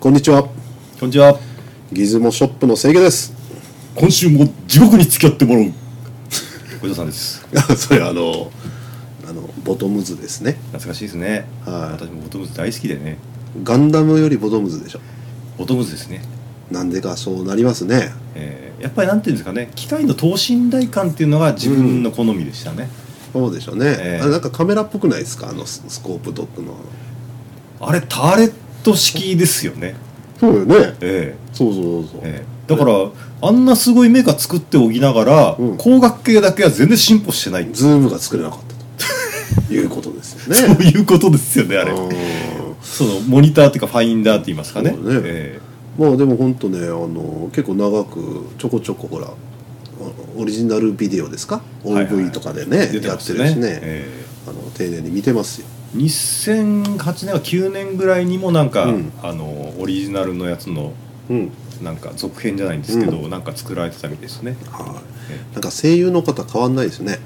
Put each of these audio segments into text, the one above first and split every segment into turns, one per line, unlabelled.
こんにちは。
こんにちは。
ギズモショップの制御です。
今週も地獄に付き合ってもらう。小嬢さんです。
あ それあの、あの、ボトムズですね。
懐かしいですね。
はい
私もボトムズ大好きでね。
ガンダムよりボトムズでしょ。
ボトムズですね。
なんでかそうなりますね。
えーやっぱりなんていうんですかね、機械の等身大感っていうのが自分の好みでしたね。
そうでしょうね。
ええ
あれなんかカメラっぽくないですかあのススコープドッグの。
あれターレット式ですよね。
そうよね。
え
そうそうそう
えええだからあんなすごいメーカー作っておきながら、
うん
光学系だけは全然進歩してない。
ズームが作れなかったということですよ
そう
ね。
いうことですよねあれ。
うん
そのモニターっていうかファインダーって言いますかね。
そうね
え
まあでも本当ねあの結構長くちょこちょこほらあオリジナルビデオですか
はいはい
OV とかでね、
え出て
やっ
ま
て
す
る
ね。
しね、
ええ
あの丁寧に見てますよ
2008年は9年ぐらいにもなんか、
うん
あのオリジナルのやつの
うん
なんか続編じゃないんですけど、なんか作られてたみたいですね
はいなんか声優の方変わんないですね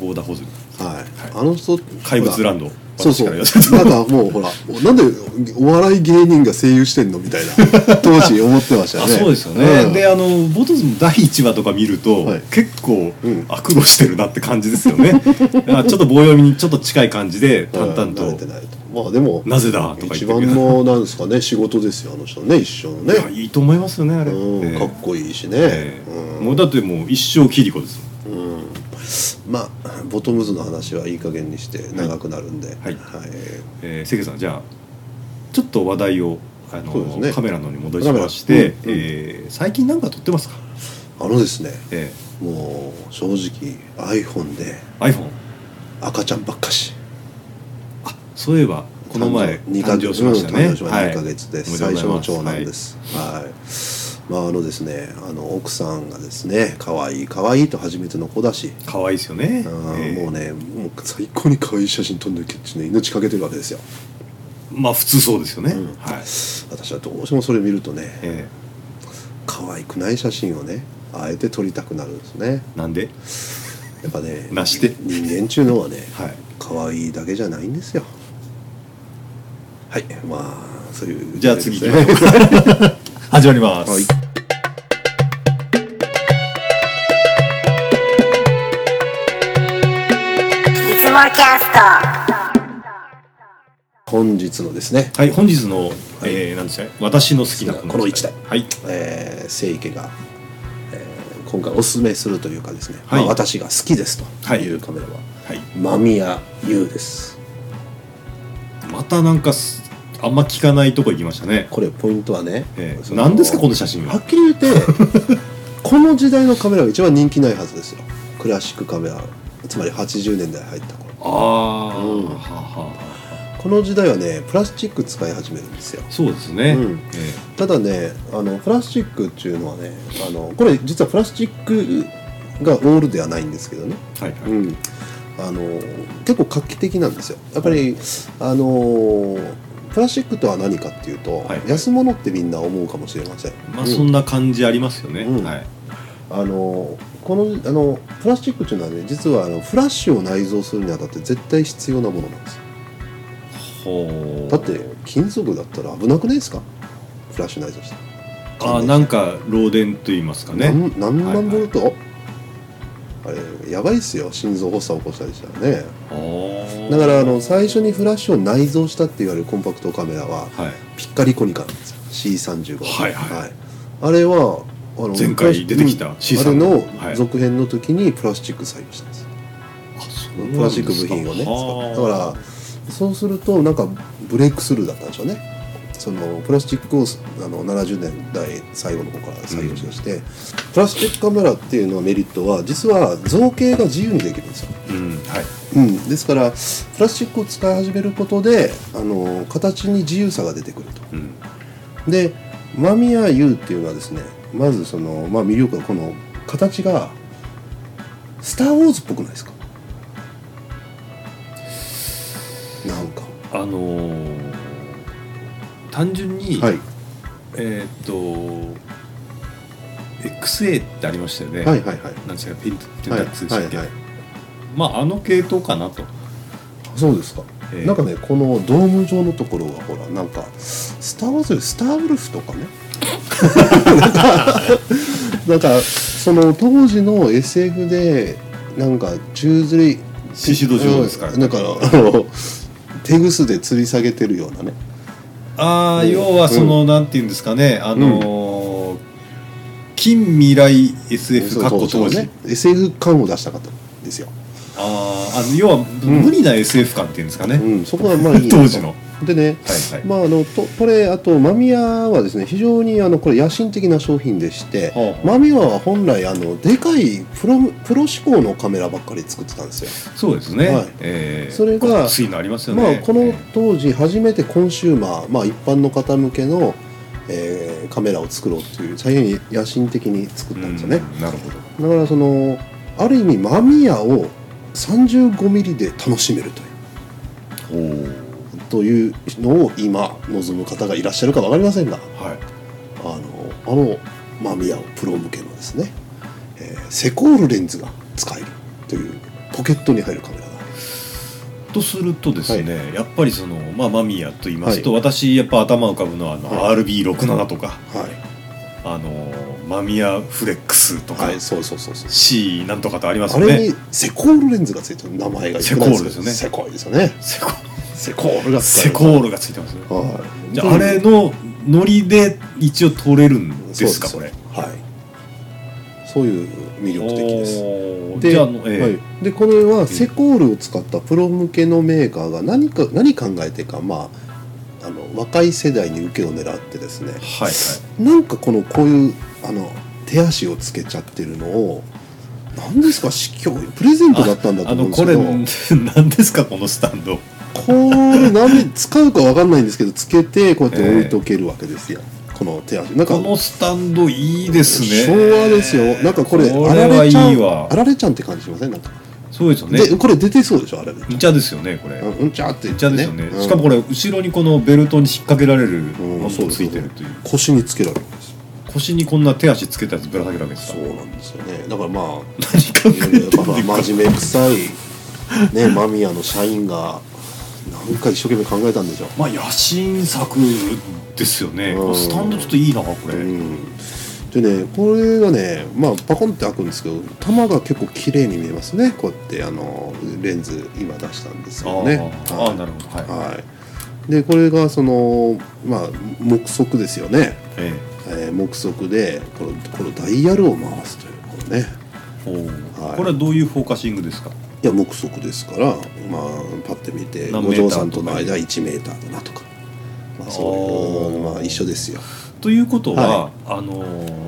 ボーダーホズミ
はい、あの人
怪物ランド
ほらそうそう
私から言わせると
なんかもうほらなんでお笑い芸人が声優してんのみたい な当時思ってましたよ
あ
ね
そうですよね、
ん
であのボトズの第1話とか見ると、
はい
結構、
うん
あ苦労してるなって感じです よねあちょっと棒読みにちょっと近い感じで淡々
うん慣れて
と
ないとまあでも
「なぜだ?」とか言って
一
く
番
る
のなんですかね仕事ですよあの人ね一生のね
いやいいと思いますよねあれ、
うん
ええ
かっこいいしね、
ええもうだってもう一生キリコですもん
うんうんまあボトムズの話はいい加減にして長くなるんで、
はいえー、関さんじゃあちょっと話題をあの、
そうですね
カメラのに戻しまして、
カメラうん
えー最近なんか撮ってますか、
あのですね
え
もう正直 iPhone で
ー、iPhone
赤ちゃんばっかし
そういえばこの前
二ヶ
誕
月
生しましたね、
うん誕生しました二ヶ月で
おめ
す、
とう
最
ござ
初
い
の
ます
長男ですはい、まああのですねあの奥さんがですね可愛い可愛いと初めての子だし
はい、可愛いですよね、
あー
えー
もうねもう最高に可愛い写真撮んなきゃってね命かけてるわけですよ
まあ普通そうですよね、
うん
はい、
私はどうしてもそれ見るとね
え
可愛くない写真をねあえて撮りたくなるんですね
ー、なんで
やっぱね
なして
人間中のはね
はい
可愛いだけじゃないんですよはいまあそういう
じゃあ次行き
ね
ましょうか 始まります、
はい
いつもキャスト
本日のですね、
はい、本日の、えー、なんでしたっけ私の好きな
この一台
はい
えー、清家が、えー今回おすすめするというかですね、
はい
まあ、私が好きですと
はい
いうカメラは、
はい
間宮優です
またなんかすあんま聞かないとこ行きましたね
これポイントはね、
え
そ
ー、なんですかこの写真
は
は
っきり言って この時代のカメラが一番人気ないはずですよクラシックカメラつまり80年代入った頃
ああ、
うん
はあはあは
この時代はねプラスチック使い始めるんですよ
あそうですね、
うん
え
ただねあのプラスチックっていうのはねあのこれ実はプラスチックがオールではないんですけどね、
えはいはい、
うん、あの結構画期的なんですよやっぱりあのプラスチックとは何かっていうと、
はい
安物ってみんな思うかもしれません、
まあ
うん
そんな感じありますよね、
うん
はい
あのこのあのプラスチックっていうのはね実はあのフラッシュを内蔵するにあたって絶対必要なものなんですよ
ほう
だって金属だったら危なくないですかフラッシュ内蔵して
あーなんか漏電と言いますかね
何何万ボルト、あれやばいっすよ心臓発作起こしたりしたらねだ
だ
からあの最初にフラッシュを内蔵したって言われるコンパクトカメラは
はい
ピッカリコニカなんですよ C35
はいはい
あれはあの
前回出てきた
うん
C35
あれ
は
の
い
続編の時にプラスチック採用したんですよ、
あそうなんですか
プラスチック部品をね使っただからそうするとなんかブレイクスルーだったんでしょうねそのプラスチックをあの70年代最後の方から採用しだして、プラスチックカメラっていうのはメリットは実は造形が自由にできるんですよ
らうんはい
うん、ですからプラスチックを使い始めることであの形に自由さが出てくると
うん
で間宮優っていうのはですねまずその、まあ、魅力はこの形が「スター・ウォーズ」っぽくないですかなんか
あのー単純に、
はい
えーっと XA ってありましたよね、
はいはいはい
なんですかペンタペン
はいは
タックスでしたっ
い
け、
はい
まああの系統かなと
そうですか
ええ
なんかねこのドーム状のところはほらなんか「スター・ウォーズ」スター・ウルフとか ねなんかその当時の SF でなんか宙吊り
シシド状ですから
うんなんかあの手ぐすで吊り下げてるようなね
ああ、
うん
要はその、なんていうんですかねあのー近未来 SF かっこ当時、
ね SF 感を出したかったんですよ、
あーあの要は無理な SF 感っていうんですかね、
うん、そこはまあいいなと
当時の
でね
はいはい、
まあ、あのとこれあとマミヤはですね非常にあのこれ野心的な商品でして、
ほうほう
マミヤは本来あのでかいプロプロ志向のカメラばっかり作ってたんですよ、
そうですね、
はい
えー
それが
ごっついのありますよね、
まあ、こ
え
の
ー
当時初めてコンシューマー、まあ、一般の方向けの、えーカメラを作ろうという大変野心的に作ったんですよね、
うんなるほど
だからそのある意味マミヤを 35mm で楽しめるというというのを今望む方がいらっしゃるか分かりませんが
はい
あのあのマミヤをプロ向けのですね、えーセコールレンズが使えるというポケットに入るカメラが
とするとですね、やっぱりその、まあ、マミヤと言いますと、
は
私やっぱ頭浮かぶのはあの、
は
RB67 とか、
はい、
あのーマミヤフレックスとか、
はい、そうそうそうそう
C なんとかとあります
あ
よ
れ
ね
にセコールレンズがついてる名前がいくらセ
セ
コールですよね
セコ
セコールが
セコールがついてますね
はい
じゃああれのノリで一応取れるんですか
そ
こ
う
れ
はいそういう魅力的です
おー
で
じゃああの、えー
はい、でこれはセコールを使ったプロ向けのメーカーが何か何考えてか、まあ、あの若い世代に受けを狙ってですね
はい
なんかこのこういうあの手足をつけちゃってるのを何ですか司教プレゼントだったんだ
はい
と
あ
思う
の
んです
こ
け
れ
ど
何ですかこのスタンド
これ何で使うか分かんないんですけどつけてこうやって置いとけるわけですよ、この手足なんか
このスタンドいいですね
昭和ですよなんかこれ
こ
あら
れは
れ
い
ちゃ
い
ん
わ
あられちゃんって感じしませんなんか、
そうですよね
でこれ出てそうでしょあられちゃん
うんちゃですよねこれ、
うんうんちゃーって言
うん
っ
ちゃ
て
ですよね、
うん
しかもこれ後ろにこのベルトに引っ掛けられる
ん
ものもついてるという
腰につけられるんですよ
腰にこんな手足つけたやつぶら下げるわけですか
そうなんですよねだから まあ
何考えてん
まあまあ真面目くさいね間宮の社員がなんか一生懸命考えたんでしょ
まあ野心作ですよね、
うん
スタンドちょっといいなこれ、
う、ん、でねこれがねまあパコンって開くんですけど玉が結構綺麗に見えますねこうやってあのレンズ今出したんです
あ
よ
あ、
ね
ああなるほどはい、
はい、でこれがそのまあ目測ですよね
え
えー目測でこのこのダイヤルを回すというこのね
え
はい
これはどういうフォーカシングですか
いや目測ですからまあパッて見て
何
五
メーター
条さんとの間
とか
1メーターだなとか、まあ、
あ
そうい
ー
うまあ一緒ですよ
ということは、
は
あのー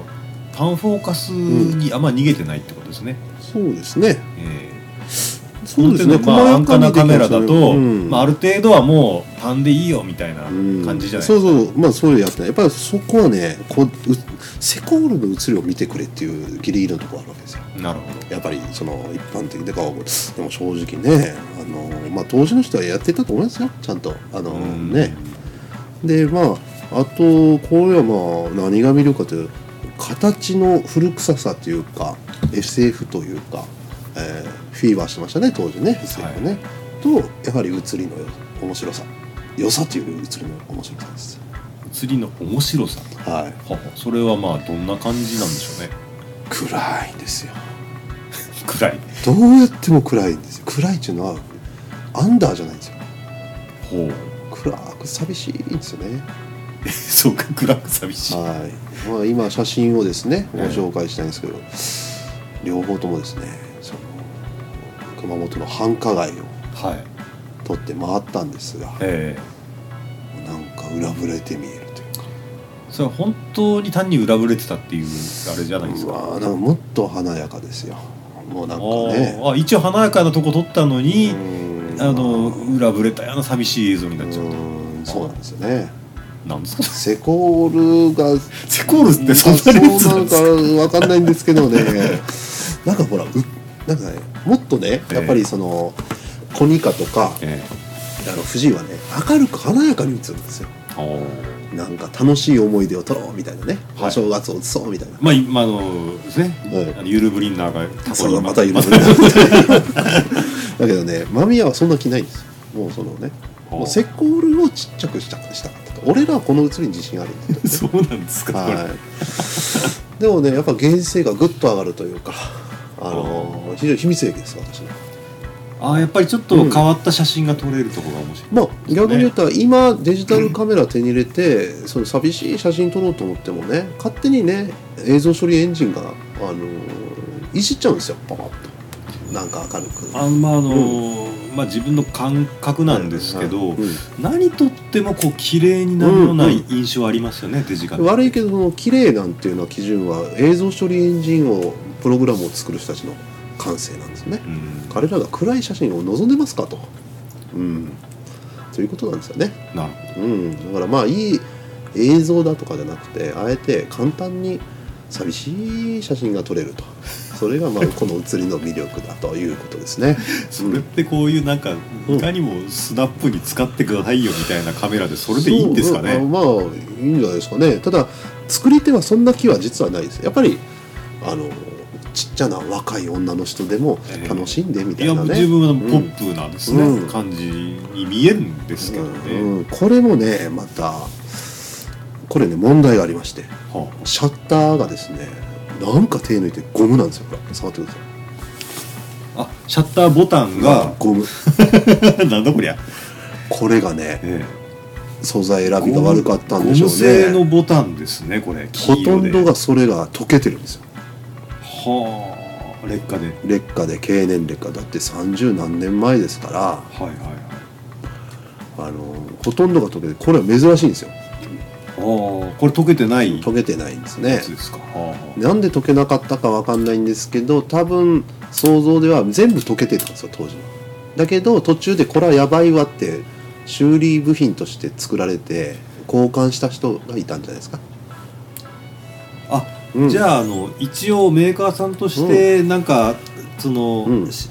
パンフォーカスにあんま逃げてないってことですね、
そうですね
ええ
そうですね
この手のまあ、安価なカメラだと、
うん
まあ、ある程度はもうパンでいいよみたいな
うん
感じじゃないですか、
そうそうまあそういうやつねやっぱりそこはねこううセコールの映りを見てくれっていうギリギリのところあるわけですよ
なるほど
やっぱりその一般的でかでも正直ねあの、まあ、当時の人はやってたと思いますよちゃんとあの、
うん
ねでまああとこれはまあ何が魅力かというと形の古臭さというか SF というか、えーフィーバーしてましたね当時ね SF ね、とやはり映りの面白さ良さというより映りの面白さです
映りの面白さ
はい
ははそれはまあどんな感じなんでしょうね
暗いんですよ
暗い
どうやっても暗いんですよ暗いっていうのはアンダーじゃないんですよ
ほう
暗く寂しいんですよね
そうか暗く寂しい
はい、まあ、今写真をですねご
ええ
紹介したいんですけど、両方ともですねその熊本の繁華街を
はい
撮って回ったんですが、
ええ
なんか裏ぶれて見えるという
それは本当に単に裏ぶれてたっていうあれじゃないです
かう
か
わーなんかもっと華やかですよもうなんかね
ああ一応華やかなとこ撮ったのに、
うん
あの
ま
裏ぶれたような寂しい映像に
あ
なっちゃう、
うんそうなんですよね
なんですか
セコールが
セコールって そん
そう
なに映
な
るん
の
です
か
か
わかんないんですけど ねなんかほらうなんかねもっとねやっぱりその、コニカとか
え
あの藤井はね明るく華やかに映るんですよ
えおー
なんか楽しい思い出を撮ろうみたいなね、
はい
お正月を移そうみたいな
まあ今のですね、
はい
あのゆるブリンナーが
それはまた
い
許せないだけどね間宮はそんな気ないんですよもうそのね
あ
もう石膏オールをちっちゃくしたしたかったと俺らはこの写りに自信あるんだと
そうなんです か、これ
はい、でもねやっぱ原性がぐっと上がるというかあの非常に秘密兵器です私の
ああやっぱりちょっと変わった写真が撮れるところが面白い、
まあ逆に言ったら今デジタルカメラ手に入れて、その寂しい写真撮ろうと思ってもね勝手にね映像処理エンジンが、あのいじっちゃうんですよパパッとなんか明るく
あまああのーまあ自分の感覚なんですけど、
はいうん
何撮ってもこう綺麗になるような印象ありますよね、デジカメ
悪いけどその綺麗なんていうのは基準は映像処理エンジンをプログラムを作る人たちの感性なんですね
うん
彼らが暗い写真を望んでますかとうんということなんですよね
なる
うん、だからまあいい映像だとかじゃなくてあえて簡単に寂しい写真が撮れるとそれがまあこの写りの魅力だということです ね。
それってこういうなんか
うん
いかにもスナップに使ってくださいよみたいなカメラでそれでいいんですか
そう
ね
まあまあいいんじゃないですかねただ作り手はそんな気は実はないですやっぱりあのちっちゃな若い女の人でも楽しんでみた
い
い
や
なね。
自分はポップなですね、
うん
感じに見えるんですけどね、
うんうんこれもねまたこれね問題がありまして。
は
シャッターがですねなんか手抜いてゴムなんですよこれ触ってください
あ、あシャッターボタンが
ゴム
なんだこりゃ、
これがね
え
素材選びが悪かったんでしょ
ゴム製
う
の
ね
ボタンですねこれ
ほとんど
が
がそれが溶けてるんですよ
はあ劣化ではい
劣化で経年劣化だって30何年前ですか
はいはい
らあのほとんどが溶けてこれは珍しいんですよ
ああこれ溶けてない
溶けてないんですね
やつですか、は
なんで溶けなかったかわかんないんですけど多分想像では全部溶けてたんですよ当時はだけど途中でこれはやばいわって修理部品として作られて交換した人がいたんじゃないですか、
ああ
うん
じゃああの一応メーカーさんとしてなんか、その、
うん
し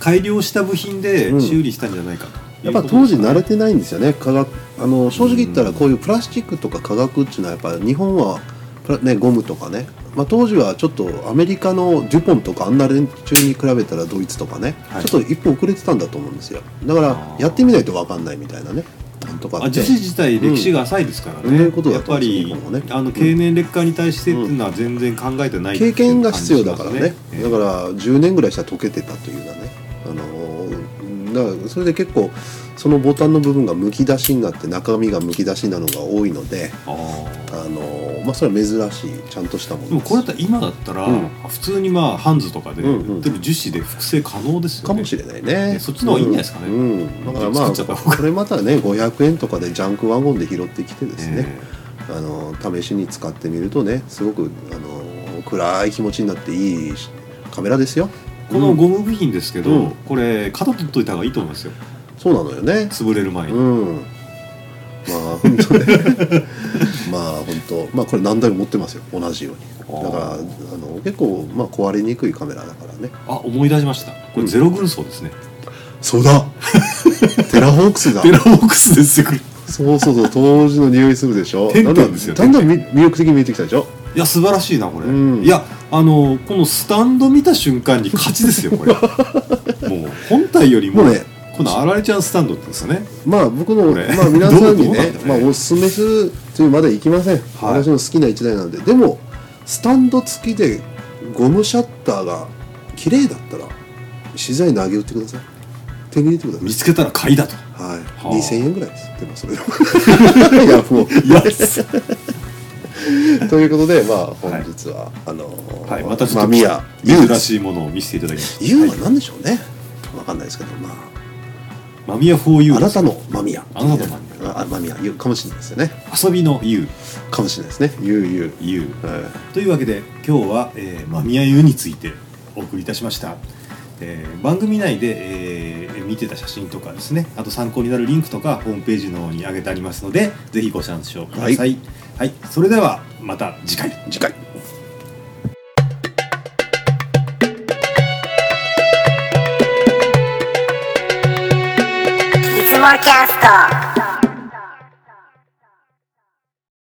改良した部品で
うん
修理したんじゃないかと、
やっぱ当時慣れ
て
てないんですよね化学あの正直言ったらこういうプラスチックとか化学っていうのはやっぱ日本はプラ、ね、ゴムとかね、まあ、当時はちょっとアメリカのデュポンとかあんな連中に比べたらドイツとかね、
はい
ちょっと一歩遅れてたんだと思うんですよだから
あー
やってみないと分かんないみたいなねなんとか
あ樹脂自体歴史が浅いですから
うん
ね、
そういうことだ
やっ
と思う
ぱ
んですよ
り、
日本はね
あの経年劣化に対してっていうのは全然考えてないってい
経験
う感じ
が必要だからね
します
だから10年ぐらいしたら溶けてたというようなね、あのーだからそれで結構そのボタンの部分がむき出しになって中身がむき出しなのが多いので、
あ
あ
ー
のーまあ、それは珍しいちゃんとしたもの
でもこれだったら今だったら、
うん
普通にまあハンズとかで
うんうん
売ってる樹脂で複製可能ですよね、
かもしれないね
ねそっちの方がいいんじゃないですかね
うんうんだからまあ
作っちゃった方が
これまたね500円とかでジャンクワゴンで拾ってきてですね、
ええ
あの試しに使ってみるとねすごくあの暗い気持ちになっていいしカメラですよ
このゴム部品ですけど、
うん
これ肩取っといた方がいいと思いますよ
そうなのよね
潰れる前に、
うんまあ本当ね まあ本当まあこれ何台も持ってますよ同じようにだからあ
あ
の結構まあ壊れにくいカメラだからね
あ思い出しましたこ
うん
れゼロ軍曹ですね、
そうだ テラフォークスだ
テラフォックスですよ
そうそうそう当時の匂いするでしょ
テンテンですよ
だんだんだんだんみ魅力的に見えてきたでしょ
いや素晴らしいなこれ、
うん
いやあのこのスタンド見た瞬間に勝ちですよ これもう本体よりも
もうね
このあられちゃんスタンドってですよね
まあ僕の、
これ
まあ、皆さんにね
どうどう
まあ、おすすめするというまでいきません、
はい
私の好きな一台なんででもスタンド付きでゴムシャッターが綺麗だったら資材投げ打ってください手に入れてください
見つけたら買いだと
はい、
あ
2000円ぐらいですでもそれで もいやもう
安っ
ということでまあ本日は、あのー
はいまたちょ
ま
っ
あ
と
ミヤ
珍しいものを見せていただきました
ユウは
はい
何でしょうね、わかんないですけどまあ
マミヤ 4U
あなたのマミヤ。
あなたのマミ
ヤ。あ、マミヤ、言うかもしれないですよね。
遊びの U
かもしれないですね。ゆうゆ
U
う。はい
というわけで今日は、えー、マミヤ湯についてお送りいたしました、えー番組内で、えー見てた写真とかですねあと参考になるリンクとかホームページの方に上げてありますのでぜひご参照ください、
は
はいそれではまた次回
次回。
いつもキャスト